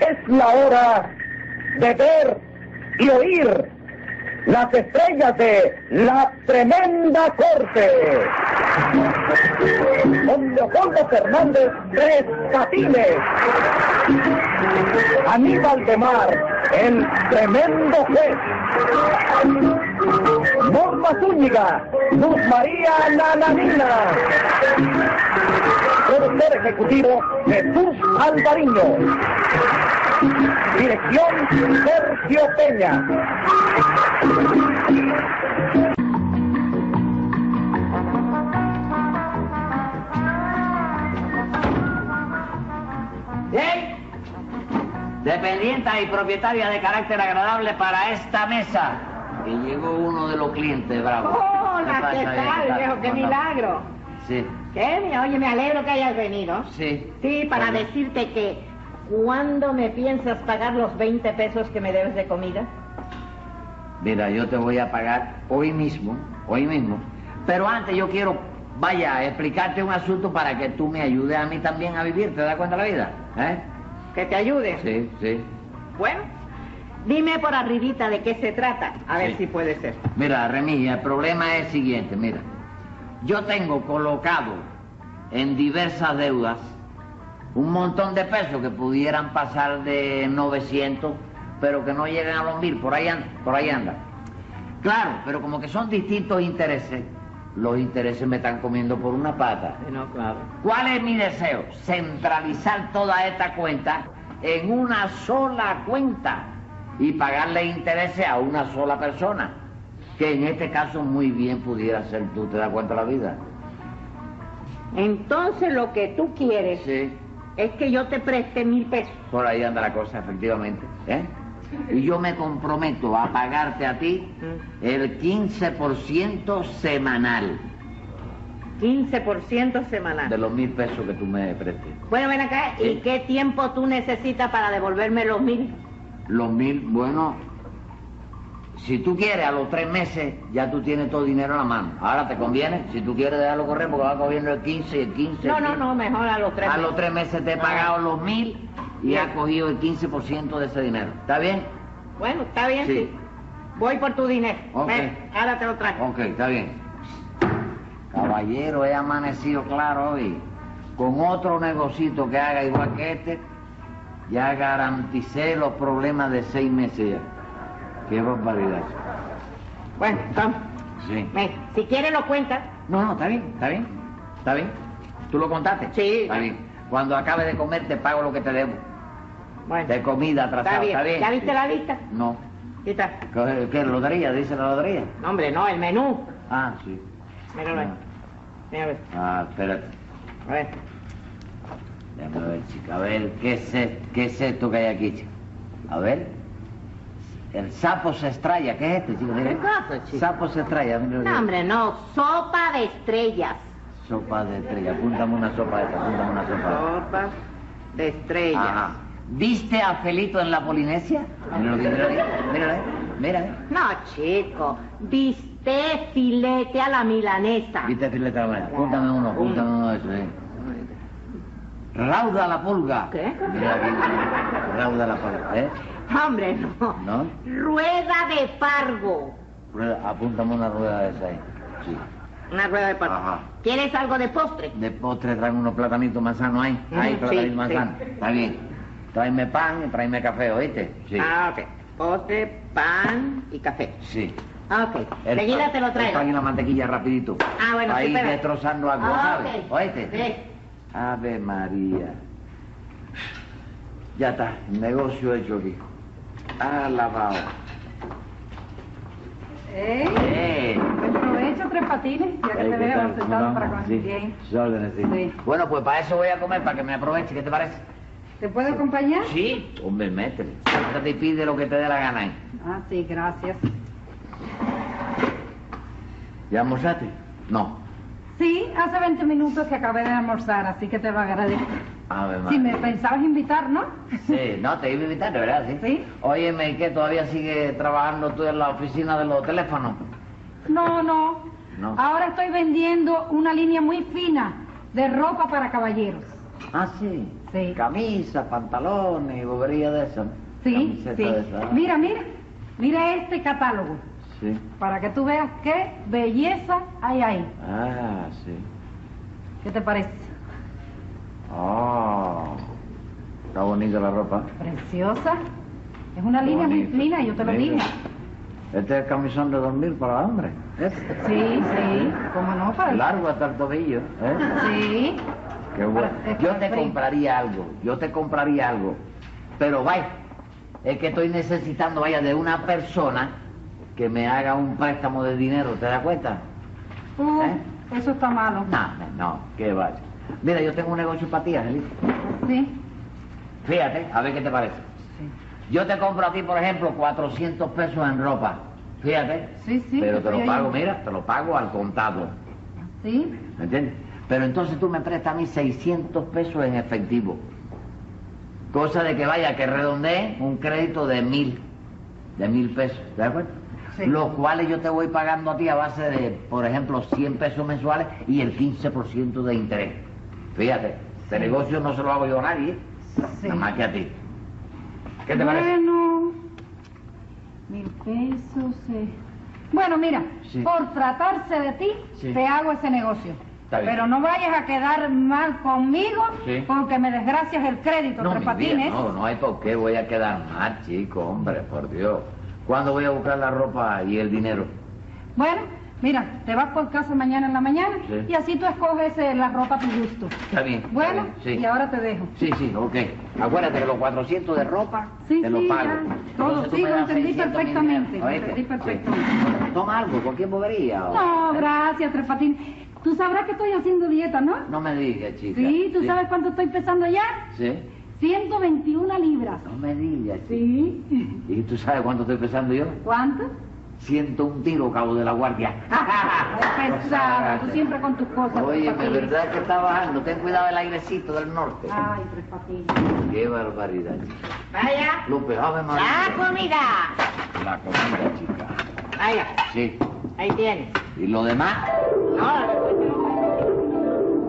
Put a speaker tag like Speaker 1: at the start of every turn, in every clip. Speaker 1: es la hora de ver y oír las estrellas de la tremenda corte. Con Leopoldo Fernández Tres Catines. Aníbal de Mar, el tremendo juez. Norma Zúñiga, Luz María Nananina. Productor ejecutivo Jesús Alvariño. Dirección Sergio Peña.
Speaker 2: Ley, dependienta ¿Eh? y propietaria de carácter agradable para esta mesa. Que llegó uno de los clientes, bravo.
Speaker 3: Hola,
Speaker 2: pasa,
Speaker 3: ¿qué
Speaker 2: eh?
Speaker 3: tal, viejo? ¡Qué
Speaker 2: ¿Cómo
Speaker 3: milagro!
Speaker 2: andamos? Sí,
Speaker 3: ¿Qué? mi- Oye, me alegro que hayas venido.
Speaker 2: sí.
Speaker 3: Sí, para
Speaker 2: Vale.
Speaker 3: decirte que ¿cuándo me piensas pagar los 20 pesos que me debes de comida?
Speaker 2: Mira, yo te voy a pagar hoy mismo, hoy mismo. Pero antes yo quiero, vaya, explicarte un asunto para que tú me ayudes a mí también a vivir. ¿Te das cuenta de la vida? ¿Eh?
Speaker 3: Que te ayude.
Speaker 2: Sí, sí.
Speaker 3: Bueno, dime por arribita de qué se trata. A ver
Speaker 2: Sí.
Speaker 3: si puede ser.
Speaker 2: Mira, Remy, el problema es el siguiente, mira. Yo tengo colocado en diversas deudas un montón de pesos que pudieran pasar de 900, pero que no llegan a los mil, por ahí, an- por ahí anda. Claro, pero como que son distintos intereses, los intereses me están comiendo por una pata.
Speaker 3: No, claro.
Speaker 2: ¿Cuál es mi deseo? Centralizar toda esta cuenta en una sola cuenta y pagarle intereses a una sola persona, que en este caso muy bien pudiera ser tú, ¿te das cuenta la vida?
Speaker 3: Entonces lo que tú quieres
Speaker 2: Sí,
Speaker 3: es que yo te preste mil pesos.
Speaker 2: por ahí anda la cosa, efectivamente. ¿eh? Y yo me comprometo a pagarte a ti el 15% semanal
Speaker 3: 15% semanal.
Speaker 2: de los mil pesos que tú me prestes.
Speaker 3: Bueno, ven acá.
Speaker 2: Sí.
Speaker 3: ¿Y qué tiempo tú necesitas para devolverme los mil?
Speaker 2: Los mil, bueno, si tú quieres, a los tres meses ya tú tienes todo el dinero en la mano. Ahora te conviene, si tú quieres dejarlo correr, porque va cogiendo el 15 y el 15.
Speaker 3: No,
Speaker 2: el
Speaker 3: no,
Speaker 2: 15.
Speaker 3: no, mejor a los tres.
Speaker 2: A
Speaker 3: meses.
Speaker 2: los tres meses te he
Speaker 3: Ah.
Speaker 2: pagado los mil y has cogido el 15% de ese dinero. ¿Está bien?
Speaker 3: Bueno, está bien,
Speaker 2: Sí.
Speaker 3: sí. Voy por tu dinero.
Speaker 2: Ok.
Speaker 3: Ven, ahora te lo traigo.
Speaker 2: Ok, está bien. Caballero, he amanecido claro hoy. Con otro negocito que haga igual que este, ya garanticé los problemas de seis meses ya. Qué barbaridad.
Speaker 3: Bueno, vamos.
Speaker 2: Sí.
Speaker 3: Ven, si quieres lo cuentas.
Speaker 2: No, no, está bien, está bien, está bien. ¿Tú lo contaste?
Speaker 3: Sí.
Speaker 2: Está bien. Cuando acabes de comer te pago lo que te debo.
Speaker 3: Bueno,
Speaker 2: De comida
Speaker 3: está
Speaker 2: atrasada,
Speaker 3: bien.
Speaker 2: ¿está bien?
Speaker 3: ¿Ya viste la lista?
Speaker 2: No.
Speaker 3: ¿Qué tal?
Speaker 2: ¿Qué, qué, lotería? ¿Dice la lotería?
Speaker 3: No, hombre, no, el menú.
Speaker 2: Ah, sí.
Speaker 3: Míralo ahí. Míralo.
Speaker 2: Ah, espérate.
Speaker 3: A ver.
Speaker 2: Déjame ver, chica. A ver, ¿qué es, e- qué es esto que hay aquí, chica? A ver. El sapo se estrella. ¿Qué es este, chico? Mira.
Speaker 3: ¿Qué cosa, chico?
Speaker 2: Sapo se estrella. Mira, mira.
Speaker 3: No, hombre, no. Sopa de estrellas.
Speaker 2: Sopa de estrella. Apúntame una sopa de esta, apúntame una sopa de esta.
Speaker 3: Sopa de estrellas.
Speaker 2: Ajá. ¿Viste a Felito en la Polinesia? Míralo, aquí, míralo, aquí, míralo, ahí, míralo. ahí.
Speaker 3: No, chico. Viste filete a la milanesa.
Speaker 2: ¿Viste a Felito en la Polinesia? Púntame uno, apúntame uno de esos, eh. Rauda la pulga.
Speaker 3: ¿Qué?
Speaker 2: Mira aquí, rauda la pulga, ¿eh?
Speaker 3: Hombre, no.
Speaker 2: ¿No?
Speaker 3: Rueda de pargo.
Speaker 2: Rueda, apúntame una rueda de esa ahí. Sí.
Speaker 3: Una rueda de pargo.
Speaker 2: Ajá.
Speaker 3: ¿Quieres algo de postre?
Speaker 2: De postre traen unos platanitos manzanos ahí.
Speaker 3: Ujú,
Speaker 2: Ahí,
Speaker 3: sí,
Speaker 2: platanitos
Speaker 3: sí.
Speaker 2: manzanos. Está bien. Tráeme pan y tráeme café, ¿oíste? Sí.
Speaker 3: Ah, ok. Postre, pan y café.
Speaker 2: Sí.
Speaker 3: Ah, ok.
Speaker 2: El
Speaker 3: Seguida
Speaker 2: pan-
Speaker 3: te lo
Speaker 2: El pan y
Speaker 3: traigo.
Speaker 2: la mantequilla rapidito.
Speaker 3: Ah, bueno,
Speaker 2: Ahí
Speaker 3: sí, pero-
Speaker 2: destrozando algo,
Speaker 3: Ah,
Speaker 2: ¿sabes?
Speaker 3: ok.
Speaker 2: ¿Oíste?
Speaker 3: Sí.
Speaker 2: Ave María. Ya está, negocio hecho aquí. Alabado.
Speaker 4: ¡Ey!
Speaker 2: Eh,
Speaker 4: Buen provecho, tres patines, ya que
Speaker 2: eh,
Speaker 4: te
Speaker 2: ¿qué tal?
Speaker 4: veo
Speaker 2: ¿Cómo
Speaker 4: sentado
Speaker 2: estamos?
Speaker 4: para comer.
Speaker 2: Sí,
Speaker 4: Bien.
Speaker 2: sus órdenes, sí.
Speaker 4: Sí.
Speaker 2: Bueno, pues para eso voy a comer, para que me aproveche. ¿Qué te parece?
Speaker 4: ¿Te puedo acompañar?
Speaker 2: Sí. Hombre, métele. Siéntate y pide lo que te dé la gana ahí.
Speaker 4: Ah, sí, gracias.
Speaker 2: ¿Ya almorzaste? No.
Speaker 4: Sí, hace 20 minutos que acabé de almorzar, así que te va a agradecer.
Speaker 2: Ave María.
Speaker 4: Si me pensabas invitar, ¿no?
Speaker 2: Sí, no, te iba a invitar, de verdad, sí.
Speaker 4: Sí.
Speaker 2: Óyeme, ¿qué todavía sigue trabajando tú en la oficina de los teléfonos?
Speaker 4: No, no.
Speaker 2: No.
Speaker 4: Ah. Ahora estoy vendiendo una línea muy fina de ropa para caballeros.
Speaker 2: Ah, sí.
Speaker 4: Sí.
Speaker 2: Camisa, pantalones, bobería de esa. ¿no?
Speaker 4: Sí,
Speaker 2: Camiseta
Speaker 4: sí.
Speaker 2: de esa.
Speaker 4: Mira, mira, mira este catálogo
Speaker 2: Sí.
Speaker 4: para que tú veas qué belleza hay ahí.
Speaker 2: Ah, sí.
Speaker 4: ¿Qué te parece?
Speaker 2: Ah. Está bonita la ropa.
Speaker 4: Preciosa. Es una línea muy
Speaker 2: Bonita.
Speaker 4: fina, yo te lo
Speaker 2: Mira.
Speaker 4: dije.
Speaker 2: Este es camisón de dormir para hambre.
Speaker 4: Sí, sí, cómo no, para
Speaker 2: Largo hasta el tobillo. ¿eh?
Speaker 4: Sí.
Speaker 2: Qué bueno.
Speaker 4: Para- es
Speaker 2: Yo
Speaker 4: para
Speaker 2: te
Speaker 4: el frío.
Speaker 2: compraría algo, yo te compraría algo. Pero vaya, es que estoy necesitando, vaya, de una persona que me haga un préstamo de dinero, ¿te das cuenta?
Speaker 4: Uh,
Speaker 2: ¿Eh?
Speaker 4: Eso está malo.
Speaker 2: No, no, no, que vaya. Mira, yo tengo un negocio para ti, Angelita.
Speaker 4: Sí.
Speaker 2: Fíjate, a ver qué te parece.
Speaker 4: Sí.
Speaker 2: Yo te compro a ti, por ejemplo, 400 pesos en ropa. Fíjate.
Speaker 4: Sí, sí,
Speaker 2: Pero
Speaker 4: yo
Speaker 2: te lo
Speaker 4: estoy
Speaker 2: pago,
Speaker 4: oyendo.
Speaker 2: mira, te lo pago al contado.
Speaker 4: Sí.
Speaker 2: ¿Me entiendes? Pero entonces tú me prestas a mí 600 pesos en efectivo. Cosa de que vaya, que redondee un crédito de mil, de mil pesos, ¿te das cuenta?
Speaker 4: Sí.
Speaker 2: Los cuales yo te voy pagando a ti a base de, por ejemplo, 100 pesos mensuales y el 15% de interés. Fíjate, este negocio no se lo hago yo a nadie,
Speaker 4: Sí.
Speaker 2: nada más que a ti. ¿Qué te parece?
Speaker 4: bueno, mil pesos, sí. Bueno, mira,
Speaker 2: Sí.
Speaker 4: por tratarse de ti,
Speaker 2: Sí.
Speaker 4: te hago ese negocio.
Speaker 2: Está bien.
Speaker 4: Pero no vayas a quedar mal conmigo
Speaker 2: Sí.
Speaker 4: porque me desgracias el crédito,
Speaker 2: No,
Speaker 4: Tres
Speaker 2: mi vida,
Speaker 4: Patines.
Speaker 2: no, no hay por qué voy a quedar mal, chico, hombre, por Dios. ¿Cuándo voy a buscar la ropa y el dinero?
Speaker 4: Bueno, mira, te vas por casa mañana en la mañana
Speaker 2: Sí.
Speaker 4: y así tú escoges eh, la ropa a tu gusto.
Speaker 2: Está bien. está
Speaker 4: Bueno,
Speaker 2: bien, sí.
Speaker 4: y ahora te dejo.
Speaker 2: Sí, sí, ok. Acuérdate que los 400 de ropa
Speaker 4: Sí,
Speaker 2: te los
Speaker 4: sí,
Speaker 2: pago.
Speaker 4: ya.
Speaker 2: Entonces
Speaker 4: Todo,
Speaker 2: tú
Speaker 4: sí,
Speaker 2: me
Speaker 4: lo
Speaker 2: das
Speaker 4: entendí
Speaker 2: 600 mil
Speaker 4: perfectamente,
Speaker 2: dólares,
Speaker 4: lo
Speaker 2: ¿oíste?
Speaker 4: entendí perfectamente.
Speaker 2: Sí. Bueno, Toma algo, cualquier bobería. o-
Speaker 4: No,
Speaker 2: ¿eh?
Speaker 4: gracias, Tres Patines. Tú sabrás que estoy haciendo dieta, ¿no?
Speaker 2: No me digas, chica.
Speaker 4: Sí, ¿tú sabes cuánto estoy pesando ya?
Speaker 2: Sí.
Speaker 4: 121 libras.
Speaker 2: No me digas, chica.
Speaker 4: Sí.
Speaker 2: ¿Y tú sabes cuánto estoy pesando yo?
Speaker 4: ¿Cuánto?
Speaker 2: Siento un tiro, cabo de la guardia.
Speaker 4: Pesada, tú siempre con tus cosas.
Speaker 2: Pues, ah, Oye,
Speaker 4: Tres
Speaker 2: de
Speaker 4: Patines.
Speaker 2: verdad que está bajando. Ten cuidado del airecito del norte.
Speaker 4: Ay, Tres Patines.
Speaker 2: Qué barbaridad, chica.
Speaker 3: Vaya.
Speaker 2: Lupe, ave
Speaker 3: La
Speaker 4: Ah,
Speaker 2: María.
Speaker 3: comida.
Speaker 4: pues.
Speaker 2: La comida, chica.
Speaker 3: Vaya.
Speaker 2: Sí.
Speaker 3: Ahí tienes.
Speaker 2: ¿Y lo demás?
Speaker 3: No, después te lo voy a-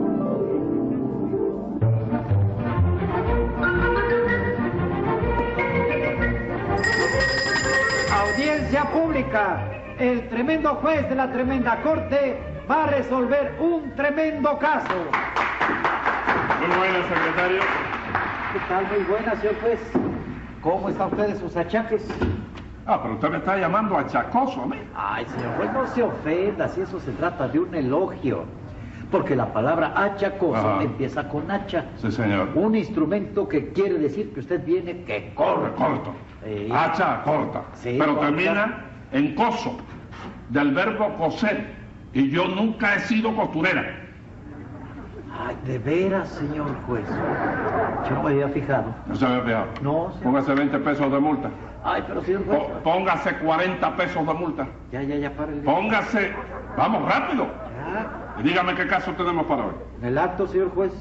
Speaker 5: Audiencia pública. El tremendo juez de la tremenda corte va a resolver un tremendo caso.
Speaker 6: Muy bueno, secretario.
Speaker 5: ¿Qué tal? Muy buena, señor juez. ¿Cómo está usted de sus achaques?
Speaker 6: Ah, pero usted me está llamando achacoso a mí.
Speaker 5: Ay, señor juez, no se ofenda si eso se trata de un elogio. Porque la palabra achacoso
Speaker 6: Ajá.
Speaker 5: empieza con hacha.
Speaker 6: Sí, señor.
Speaker 5: Un instrumento que quiere decir que usted viene que
Speaker 6: Corre, corto.
Speaker 5: Sí.
Speaker 6: Hacha corta.
Speaker 5: Sí,
Speaker 6: pero
Speaker 5: corta.
Speaker 6: termina en coso, del verbo coser. Y yo nunca he sido costurera.
Speaker 5: Ay, de veras, señor juez. Yo no me había fijado.
Speaker 6: No se había fijado.
Speaker 5: No, señor.
Speaker 6: Póngase 20 pesos de multa.
Speaker 5: Ay, pero señor juez.
Speaker 6: Po- póngase 40 pesos de multa.
Speaker 5: Ya, ya, ya, para el...
Speaker 6: Póngase. Vamos, rápido. Y dígame qué caso tenemos para hoy.
Speaker 5: En el acto, señor juez.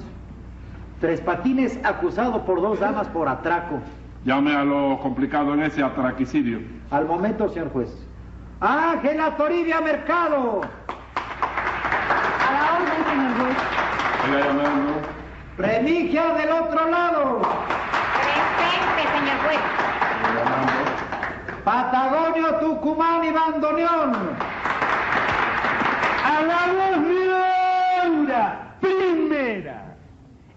Speaker 5: Tres patines acusado por dos damas por atraco.
Speaker 6: Llame a lo complicado en ese atraquicidio.
Speaker 5: Al momento, señor juez. Ángela Toribia Mercado.
Speaker 4: A la orden, señor juez.
Speaker 6: Oiga, llame a uno.
Speaker 5: Remigia del otro lado.
Speaker 3: Presente, señor juez.
Speaker 5: Patagonio, Tucumán y Bandoneón.
Speaker 7: A la voz de la aura, primera.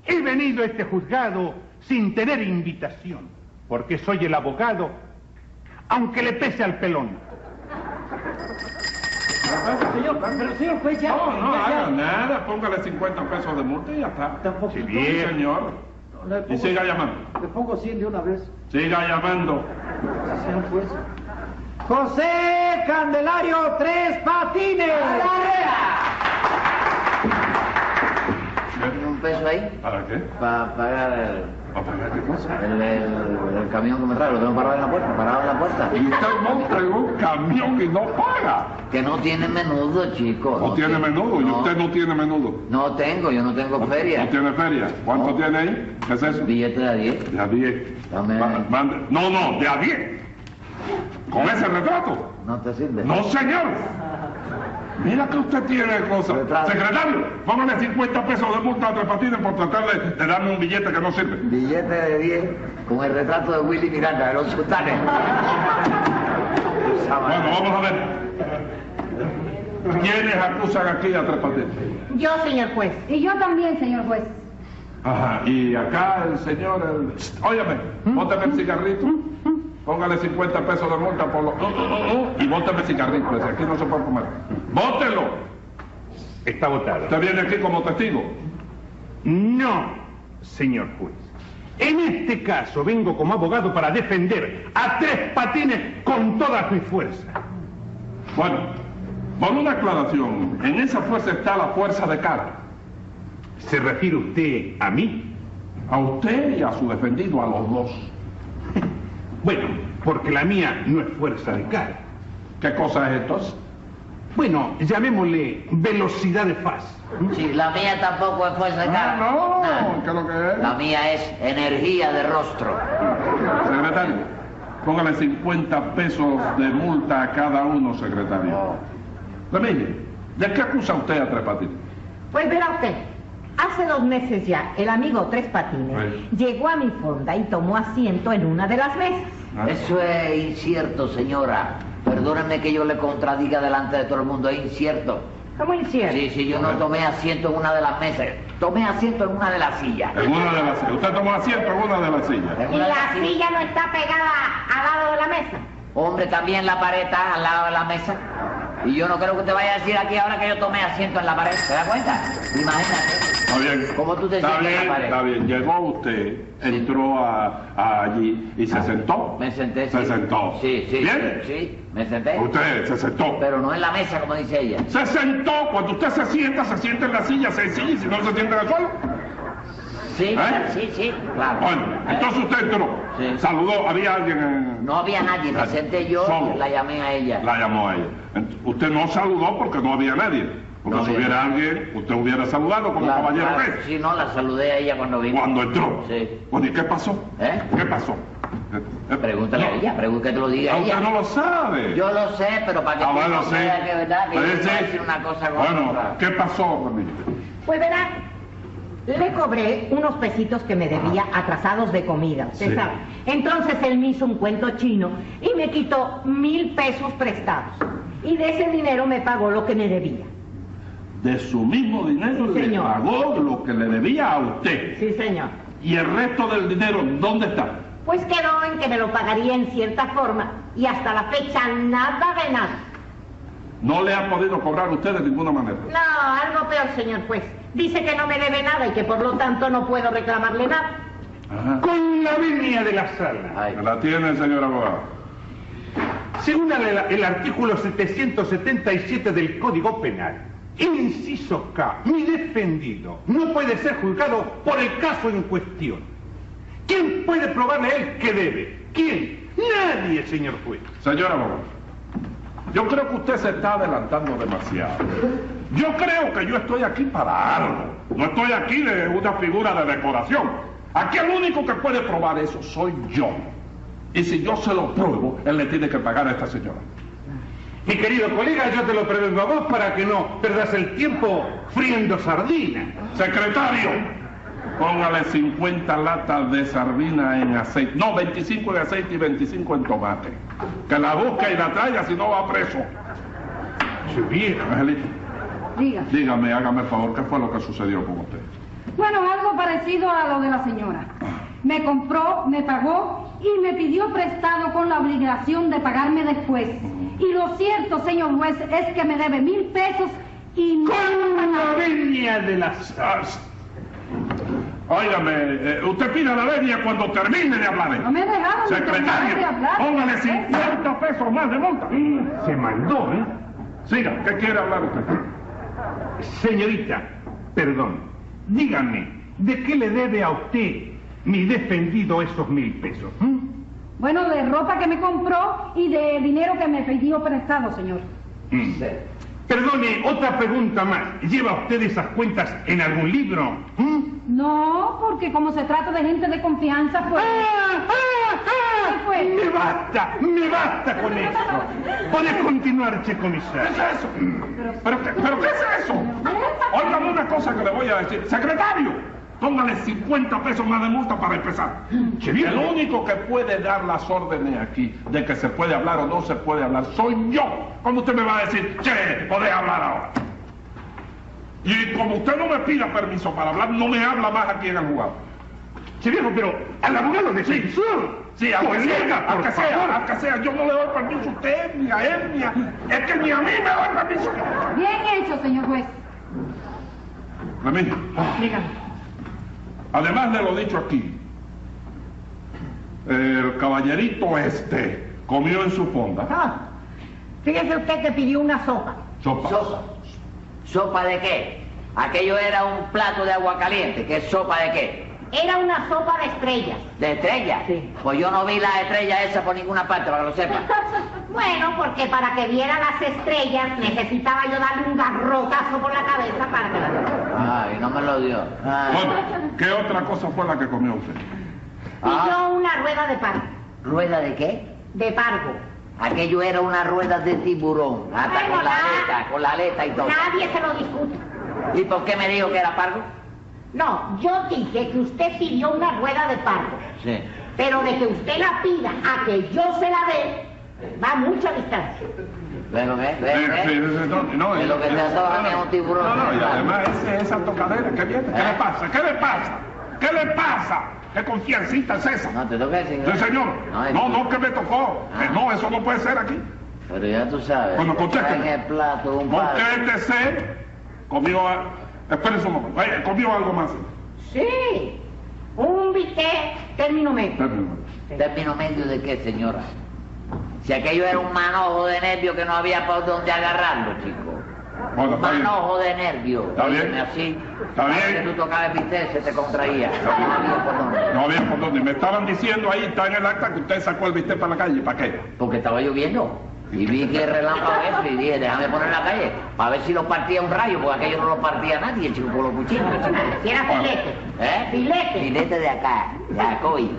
Speaker 7: He venido a este juzgado sin tener invitación, porque soy el abogado, aunque le pese al pelón.
Speaker 5: Señor, pero señor juez, ya.
Speaker 6: No, no
Speaker 5: ya, ya.
Speaker 6: haga nada, póngale 50 pesos de multa y ya está.
Speaker 5: Tampoco.
Speaker 6: Sí, bien, señor.
Speaker 5: Le pongo-
Speaker 6: Y siga llamando.
Speaker 5: Le pongo 100 de una vez.
Speaker 6: Siga llamando.
Speaker 5: señor juez. José Candelario Tres Patines.
Speaker 2: ¿No tiene un peso ahí?
Speaker 6: ¿Para qué?
Speaker 2: Para pagar el...
Speaker 6: ¿Para pagar qué cosa?
Speaker 2: El, el- el camión que me trae, lo tengo parado en la puerta, parado en la puerta.
Speaker 6: Y usted monta en un camión y no paga.
Speaker 2: Que no tiene menudo, chico.
Speaker 6: No tiene menudo, y
Speaker 2: no,
Speaker 6: usted Ah, no tiene menudo.
Speaker 2: No tengo, yo no tengo feria.
Speaker 6: No tiene feria. ¿Cuánto tiene ahí? ¿Qué es eso?
Speaker 2: Billete de a 10.
Speaker 6: De a 10.
Speaker 2: Dame-
Speaker 6: Ma- mande- No, no, de a 10. ¿Con ese retrato?
Speaker 2: No te sirve.
Speaker 6: No, señor. Mira que usted tiene cosas.
Speaker 2: Retrato.
Speaker 6: Secretario, póngale 50 pesos de multa a Tres Patines por tratar de, de darme un billete que no sirve.
Speaker 2: Billete de 10 con el retrato de Willy Miranda, de los sultanes.
Speaker 6: Bueno, vamos a ver. ¿Quiénes acusan aquí a Tres Patines?
Speaker 3: Yo, señor juez.
Speaker 4: Y yo también, señor juez.
Speaker 6: Ajá, y acá el señor, el... Psst, Óyeme, bótame el cigarrito. Póngale 50 pesos de multa por lo... Uh, uh, uh, uh, y bótame el cigarrito, ese aquí no se puede comer. ¡Bótelo!
Speaker 7: Está votada.
Speaker 6: Usted viene aquí como testigo.
Speaker 7: No, señor juez. En este caso vengo como abogado para defender a tres patines con todas mis fuerzas.
Speaker 6: Bueno, por una aclaración, en esa fuerza está la fuerza de cara.
Speaker 7: ¿Se refiere usted a mí?
Speaker 6: A usted y a su defendido, a los dos.
Speaker 7: Bueno, porque la mía no es fuerza de cara.
Speaker 6: ¿Qué cosa es esto?
Speaker 7: Bueno, llamémosle velocidad de faz.
Speaker 2: Sí, la mía tampoco es fuerza de cara.
Speaker 6: Ah,
Speaker 2: Ah.
Speaker 6: no, ¿qué es lo que es?
Speaker 2: La mía es energía de rostro.
Speaker 6: Secretario, póngale 50 pesos de multa a cada uno, secretario. Remille, ¿de qué acusa usted a Tres Patines?
Speaker 3: Pues verá usted, hace dos meses ya, el amigo Tres Patines
Speaker 2: Pues.
Speaker 6: Ay.
Speaker 3: llegó a mi fonda y tomó asiento en una de las mesas.
Speaker 6: Ah.
Speaker 2: Eso es incierto, señora. Perdóneme que yo le contradiga delante de todo el mundo, es incierto.
Speaker 3: ¿Cómo hicieron?
Speaker 2: Sí, sí, yo no tomé asiento en una de las mesas, tomé asiento en una de las sillas.
Speaker 6: En una de las Usted tomó asiento en una de las sillas.
Speaker 2: En
Speaker 3: Y
Speaker 2: una de las
Speaker 3: la
Speaker 2: sillas.
Speaker 3: silla no está pegada al lado de la mesa.
Speaker 2: Hombre, también la pared está al lado de la mesa. Y yo no creo que te vaya a decir aquí ahora que yo tomé asiento en la pared. ¿Te das cuenta? Imagínate.
Speaker 6: Está bien.
Speaker 2: ¿Cómo tú te
Speaker 6: está
Speaker 2: sientas en la
Speaker 6: bien,
Speaker 2: pared?
Speaker 6: Está bien, llegó usted, entró a, a allí y se sentó.
Speaker 2: Ah, Me senté,
Speaker 6: Se
Speaker 2: sí.
Speaker 6: sentó.
Speaker 2: Sí, sí.
Speaker 6: ¿Bien?
Speaker 2: Sí, me senté.
Speaker 6: Usted se sentó.
Speaker 2: Pero no en la mesa, como dice ella.
Speaker 6: Se sentó. Cuando usted se sienta, se sienta en la silla, sencilla, y si no se sienta en el suelo.
Speaker 2: Sí,
Speaker 6: ¿Eh?
Speaker 2: sí, sí, claro.
Speaker 6: Bueno,
Speaker 2: ¿Eh?
Speaker 6: entonces usted entró.
Speaker 2: Sí.
Speaker 6: Saludó, había alguien en...
Speaker 2: Eh, No había nadie, me
Speaker 6: Nadie.
Speaker 2: senté yo
Speaker 6: Solo.
Speaker 2: y la llamé a ella.
Speaker 6: La llamó a ella. Ent- Usted no saludó porque no había nadie. Porque
Speaker 2: No
Speaker 6: si
Speaker 2: había
Speaker 6: hubiera alguien, usted hubiera saludado como
Speaker 2: Claro,
Speaker 6: caballero
Speaker 2: claro.
Speaker 6: que es.
Speaker 2: Sí, no, la saludé a ella cuando vino.
Speaker 6: pues. Cuando entró.
Speaker 2: Sí.
Speaker 6: Bueno, ¿y qué pasó?
Speaker 2: ¿Eh?
Speaker 6: ¿Qué pasó? Eh, eh,
Speaker 2: Pregúntale
Speaker 6: no.
Speaker 2: a ella, pregúntale que te lo diga
Speaker 6: Ah,
Speaker 2: a
Speaker 6: usted
Speaker 2: ella.
Speaker 6: no lo sabe.
Speaker 2: Yo lo sé, pero para que
Speaker 6: Ah,
Speaker 2: tú
Speaker 6: bueno,
Speaker 2: no
Speaker 6: sí.
Speaker 2: creas que verdad que yo
Speaker 6: Pues
Speaker 2: te voy a
Speaker 6: sí.
Speaker 2: decir una cosa con
Speaker 6: Bueno,
Speaker 2: otra.
Speaker 6: ¿qué pasó, Ramiro?
Speaker 3: Pues verá, le cobré unos pesitos que me debía atrasados de comida, usted
Speaker 6: Sí.
Speaker 3: sabe. Entonces él me hizo un cuento chino y me quitó mil pesos prestados. Y de ese dinero me pagó lo que me debía.
Speaker 6: De su mismo dinero
Speaker 3: Sí,
Speaker 6: le
Speaker 3: señor.
Speaker 6: pagó lo que le debía a usted.
Speaker 3: Sí, señor.
Speaker 6: ¿Y el resto del dinero dónde está?
Speaker 3: Pues quedó en que me lo pagaría en cierta forma y hasta la fecha nada de nada.
Speaker 6: No le han podido cobrar usted de ninguna manera.
Speaker 3: No, algo peor, señor juez. Dice que no me debe nada y que por lo tanto no puedo reclamarle nada.
Speaker 6: Ajá.
Speaker 7: Con la venia de la sala.
Speaker 2: Ay,
Speaker 6: La tiene, señor abogado.
Speaker 7: Según el, el artículo 777 del Código Penal, inciso K, mi defendido no puede ser juzgado por el caso en cuestión. ¿Quién puede probarle a él que debe? ¿Quién? Nadie, señor juez.
Speaker 6: Señor abogado, yo creo que usted se está adelantando demasiado. Yo creo que yo estoy aquí para algo. No estoy aquí de una figura de decoración. Aquí el único que puede probar eso soy yo. Y si yo se lo pruebo, él le tiene que pagar a esta señora.
Speaker 7: Mi querido colega, yo te lo prevengo a vos para que no perdas el tiempo friendo sardina.
Speaker 6: Secretario, póngale 50 latas de sardina en aceite. No, 25 en aceite y 25 en tomate. Que la busque y la traiga, si no va preso.
Speaker 7: Che, vieja.
Speaker 6: Angelita,
Speaker 4: Diga.
Speaker 6: dígame, hágame el favor, ¿qué fue lo que sucedió con usted?
Speaker 4: Bueno, algo parecido a lo de la señora. Me compró, me pagó y me pidió prestado con la obligación de pagarme después. Y lo cierto, señor juez, es que me debe mil pesos y no...
Speaker 7: Con la venia de la sala.
Speaker 6: Ah, s- Óigame, eh, usted pida la venia cuando termine de hablar. eh.
Speaker 4: No me dejaron ni terminar de
Speaker 6: Secretario, ¿Eh?
Speaker 4: hablar.
Speaker 6: póngale 50 pesos más de multa.
Speaker 7: Se mandó, ¿eh?
Speaker 6: Siga, ¿qué quiere hablar usted?
Speaker 7: Señorita, perdón, dígame, ¿de qué le debe a usted mi defendido esos mil pesos? ¿Mm? ¿m?
Speaker 4: Bueno, de ropa que me compró y de dinero que me pidió prestado, señor.
Speaker 7: Mm. Perdone, otra pregunta más. ¿Lleva usted esas cuentas en algún libro? ¿Mm? ¿m?
Speaker 4: No, porque como se trata de gente de confianza, pues...
Speaker 7: ¡Ah, ah, ah!
Speaker 4: pues.
Speaker 7: ¡Me basta! ¡Me basta con eso! Podés continuar, che
Speaker 6: ¿Qué es
Speaker 7: comisario.
Speaker 6: eso? ¿Pero qué, pero qué es eso? Óigame una cosa que le voy a decir. Secretario, póngale 50 pesos más de multa para empezar.
Speaker 7: Che, bien.
Speaker 6: El único que puede dar las órdenes aquí de que se puede hablar o no se puede hablar soy yo. ¿Cómo usted me va a decir, che, podés hablar ahora? Y como usted no me pida permiso para hablar, no me habla más aquí en el jugado.
Speaker 7: Che viejo, pero al abogado le censura.
Speaker 6: Sí, aunque sea,
Speaker 7: por
Speaker 6: aunque
Speaker 7: favor.
Speaker 6: sea, aunque sea, yo no le doy permiso a usted, ni a él, ni a... Es que ni a mí me da permiso.
Speaker 4: Bien hecho, señor juez.
Speaker 6: Remigio.
Speaker 3: Dígame.
Speaker 6: Además de lo dicho aquí, el caballerito este comió en su fonda.
Speaker 3: Ah, fíjese usted que pidió una sopa.
Speaker 6: Sopa.
Speaker 2: Sopa. ¿Sopa de qué? Aquello era un plato de agua caliente. ¿Qué es sopa de qué?
Speaker 3: Era una sopa de estrellas.
Speaker 2: ¿De estrella?
Speaker 3: Sí.
Speaker 2: Pues yo no vi la estrella esa por ninguna parte, para que lo sepa.
Speaker 3: Bueno, porque para que viera las estrellas necesitaba yo darle un garrotazo por la cabeza para que la
Speaker 2: Ay, no me lo dio. Ay.
Speaker 6: Bueno, ¿qué otra cosa fue la que comió usted?
Speaker 2: Ah.
Speaker 3: Pidió una rueda de pargo.
Speaker 2: ¿Rueda de qué?
Speaker 3: De pargo.
Speaker 2: Aquello era una rueda de tiburón. Hasta
Speaker 3: Bueno,
Speaker 2: con la
Speaker 3: nada.
Speaker 2: aleta, con la aleta y todo.
Speaker 3: Nadie se lo discute.
Speaker 2: ¿Y por qué me dijo que era pargo?
Speaker 3: No, yo dije que usted pidió una rueda de pargo.
Speaker 2: Sí.
Speaker 3: Pero de que usted la pida a que yo se la dé, va mucha distancia.
Speaker 2: ¿Ves lo que es? ¿Ves,
Speaker 6: Eh,
Speaker 2: ves?
Speaker 6: sí, sí, sí, no, no,
Speaker 2: De lo que
Speaker 6: eh,
Speaker 2: se antoja
Speaker 6: no,
Speaker 2: que es un tiburón.
Speaker 6: No, no, y
Speaker 2: ¿verdad?
Speaker 6: además ese- esa tocadera, ¿qué viene? ¿Qué
Speaker 2: ¿Eh?
Speaker 6: le pasa? ¿Qué le pasa? ¿Qué le pasa? ¿Qué confiancita es esa?
Speaker 2: No, te toca decir.
Speaker 6: Sí, señor.
Speaker 2: No, es-
Speaker 6: No, no, que me tocó.
Speaker 2: Ah.
Speaker 6: Eh, No, eso no puede ser aquí.
Speaker 2: Pero ya tú sabes.
Speaker 6: Bueno,
Speaker 2: está en
Speaker 6: contéstame.
Speaker 2: el plato un
Speaker 6: Porque
Speaker 2: par.
Speaker 6: este ser comió... a- Espérese un momento. Eh, comió algo más.
Speaker 3: Sí, un bistec término medio.
Speaker 6: Espérese un momento.
Speaker 2: ¿Término medio de qué, señora? Si aquello era un manojo de nervio que no había por dónde agarrarlo, chico.
Speaker 6: Bueno,
Speaker 2: Un
Speaker 6: está bien.
Speaker 2: manojo de nervio.
Speaker 6: Está bien.
Speaker 2: Óyeme, Así.
Speaker 6: Está
Speaker 2: así
Speaker 6: bien.
Speaker 2: Que tú tocabas el bistec, se te contraía. No había por dónde.
Speaker 6: No había por dónde. Me estaban diciendo ahí, está en el acta, que usted sacó el bistec para la calle. ¿Para qué?
Speaker 2: Porque estaba lloviendo. Y vi que relámpago eso y dije, déjame poner en la calle para ver si lo partía un rayo, porque aquello no lo partía nadie, chico, con los cuchillos. chico.
Speaker 3: Si era filete.
Speaker 2: ¿Eh?
Speaker 3: Filete.
Speaker 2: Filete de acá, de acoy,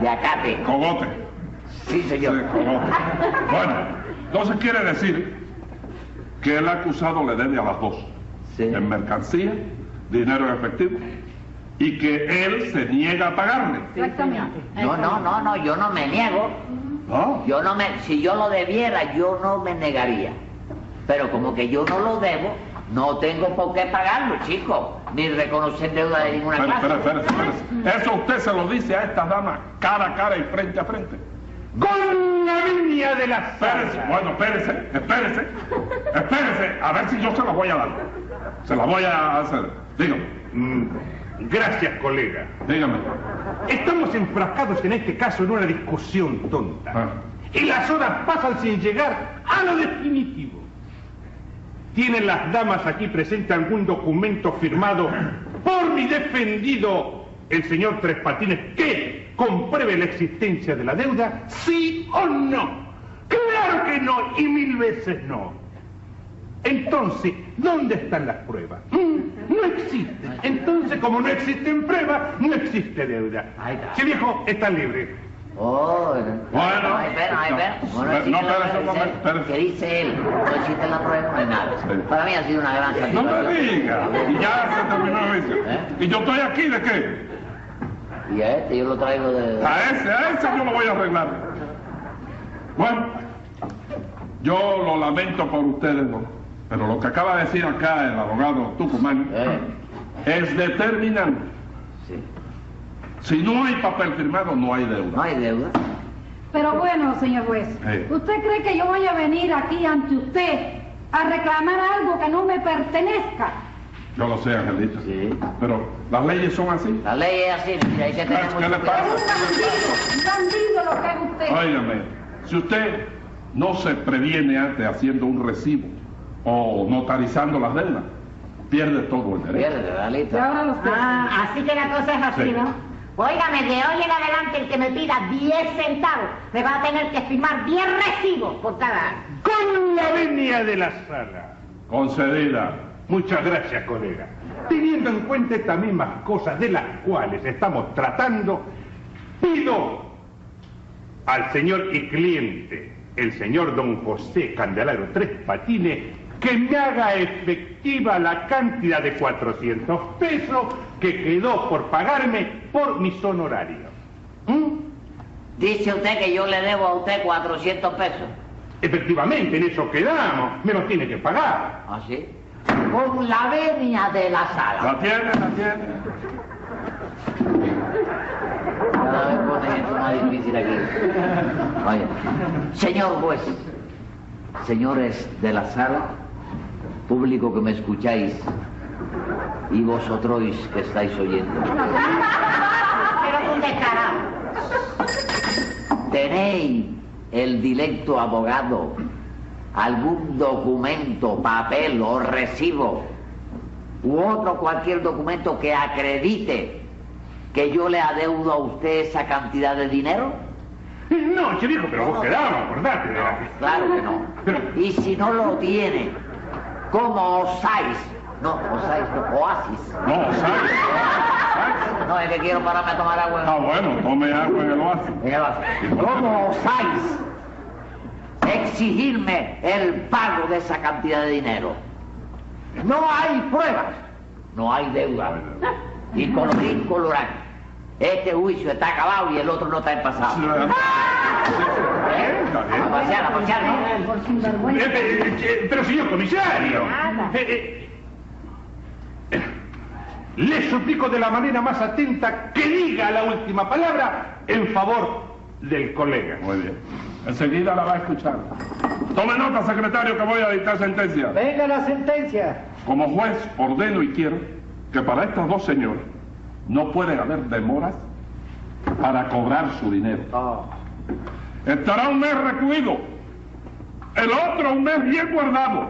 Speaker 2: de acate.
Speaker 6: Cogote.
Speaker 2: Sí,
Speaker 6: Sí,
Speaker 2: señor.
Speaker 6: cogote. Bueno, entonces quiere decir que el acusado le debe a las dos.
Speaker 2: Sí.
Speaker 6: En mercancía, dinero en efectivo. Y que él se niega a pagarle.
Speaker 4: Exactamente.
Speaker 2: No, no, no, no, yo no me niego.
Speaker 6: ¿No?
Speaker 2: Yo no me, si yo lo debiera, yo no me negaría. Pero como que yo no lo debo, no tengo por qué pagarlo, chico, ni reconocer deuda de ninguna
Speaker 6: Espera,
Speaker 2: clase.
Speaker 6: espera, espera, espera. Eso usted se lo dice a estas damas cara a cara y frente a frente.
Speaker 7: Con la viña de la
Speaker 6: Espérese,
Speaker 7: salsa.
Speaker 6: bueno, espérese, espérese, espérese, a ver si yo se la voy a dar. Se la voy a hacer. Dígame,
Speaker 7: Mm, Gracias, colega.
Speaker 6: dígame.
Speaker 7: Estamos enfrascados en este caso en una discusión tonta.
Speaker 6: Ah.
Speaker 7: Y las horas pasan sin llegar a lo definitivo. ¿Tienen las damas aquí presente algún documento firmado por mi defendido, el señor Tres Patines, que compruebe la existencia de la deuda? ¿Sí o no? Claro que no y mil veces no. Entonces, ¿dónde están las pruebas? Mm, No existen. Entonces, como no existen pruebas, no existe deuda.
Speaker 2: Ahí está.
Speaker 7: Sí, viejo, está libre.
Speaker 2: Oh,
Speaker 6: Bueno,
Speaker 2: ahí ven, ahí ven.
Speaker 6: no,
Speaker 2: Bueno,
Speaker 6: no,
Speaker 2: el chico
Speaker 6: espérese
Speaker 2: lo
Speaker 6: un
Speaker 2: que dice-
Speaker 6: momento, espérese.
Speaker 2: que dice él, no existe la prueba, no es nada.
Speaker 6: Sí.
Speaker 2: Para mí ha sido una gran
Speaker 6: No
Speaker 2: satisfacción.
Speaker 6: me diga. Y ya se terminó el juicio.
Speaker 2: ¿Eh?
Speaker 6: ¿Y yo estoy aquí de qué?
Speaker 2: Y a este yo lo traigo de...
Speaker 6: A ese, a ese yo lo voy a arreglar. Bueno, yo lo lamento por ustedes dos. Pero lo que acaba de decir acá el abogado Tucumán
Speaker 2: Eh,
Speaker 6: es determinante.
Speaker 2: sí.
Speaker 6: Si no hay papel firmado, no hay deuda.
Speaker 2: No hay deuda.
Speaker 4: Pero bueno, señor juez,
Speaker 6: Eh.
Speaker 4: ¿usted cree que yo voy a venir aquí ante usted a reclamar algo que no me pertenezca?
Speaker 6: Yo lo sé, Angelito.
Speaker 2: Sí.
Speaker 6: Pero las leyes son así.
Speaker 2: La ley es así, mira, hay que tener
Speaker 6: ¿Qué
Speaker 2: mucho
Speaker 6: le
Speaker 4: Es
Speaker 2: cuidado.
Speaker 4: un bandido, un bandido lo que es usted.
Speaker 6: Óigame, si usted no se previene antes haciendo un recibo o notarizando las deudas, pierde todo el derecho.
Speaker 2: Pierde, la
Speaker 4: Y
Speaker 2: lista.
Speaker 4: ahora los
Speaker 3: Ah, así que la cosa es así,
Speaker 6: Sí.
Speaker 3: ¿no? Óigame, de hoy en adelante el que me pida 10 centavos me va a tener que firmar 10 recibos por cada año.
Speaker 7: Con la venia de la sala.
Speaker 6: Concedida.
Speaker 7: Muchas gracias, colega. Teniendo en cuenta estas mismas cosas de las cuales estamos tratando, pido al señor y cliente, el señor don José Candelaro Tres Patines, que me haga efectiva la cantidad de 400 pesos que quedó por pagarme por mis honorarios. ¿Mm?
Speaker 3: Dice usted que yo le debo a usted 400 pesos.
Speaker 7: Efectivamente, en eso quedamos, me los tiene que pagar.
Speaker 3: ¿Ah, sí? Con la venia de la sala.
Speaker 6: La tiene, la tiene.
Speaker 3: Cada vez pone esto más difícil aquí. Oye, señor juez, señores de la sala, público que me escucháis y vosotros que estáis oyendo,
Speaker 8: Pero es un descarado.
Speaker 3: ¿tenéis el directo abogado algún documento, papel o recibo u otro cualquier documento que acredite que yo le adeudo a usted esa cantidad de dinero?
Speaker 7: No, chico, pero vos quedamos, acordate. de la-
Speaker 3: Claro que no. Y si no lo tiene, ¿cómo osáis? No, osáis, no, oasis.
Speaker 6: No, ¿sabes?
Speaker 3: No, es que quiero pararme a tomar agua.
Speaker 6: Ah, bueno, tome agua en el oasis.
Speaker 3: En el oasis. ¿Cómo osáis exigirme el pago de esa cantidad de dinero? No hay pruebas, no hay deuda. Y colorín colorán. Este juicio está acabado y el otro no está en pasado.
Speaker 6: Bien, está bien.
Speaker 3: A pasear, a pasear, ¿no?
Speaker 4: Por
Speaker 7: Eh,
Speaker 4: sinvergüenza.
Speaker 7: eh, eh, eh, pero señor comisario.
Speaker 4: Nada.
Speaker 7: Eh, eh, eh, le suplico de la manera más atenta que diga la última palabra en favor del colega.
Speaker 6: Muy bien. Enseguida la va a escuchar. Tome nota, secretario, que voy a dictar sentencia.
Speaker 5: Venga la sentencia.
Speaker 6: Como juez, ordeno y quiero que para estas dos señoras no pueden haber demoras para cobrar su dinero. Estará un mes recluido, el otro un mes bien guardado.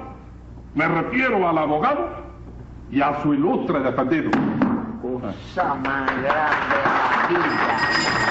Speaker 6: Me refiero al abogado y a su ilustre defendido.
Speaker 3: Cosa más grande de la vida.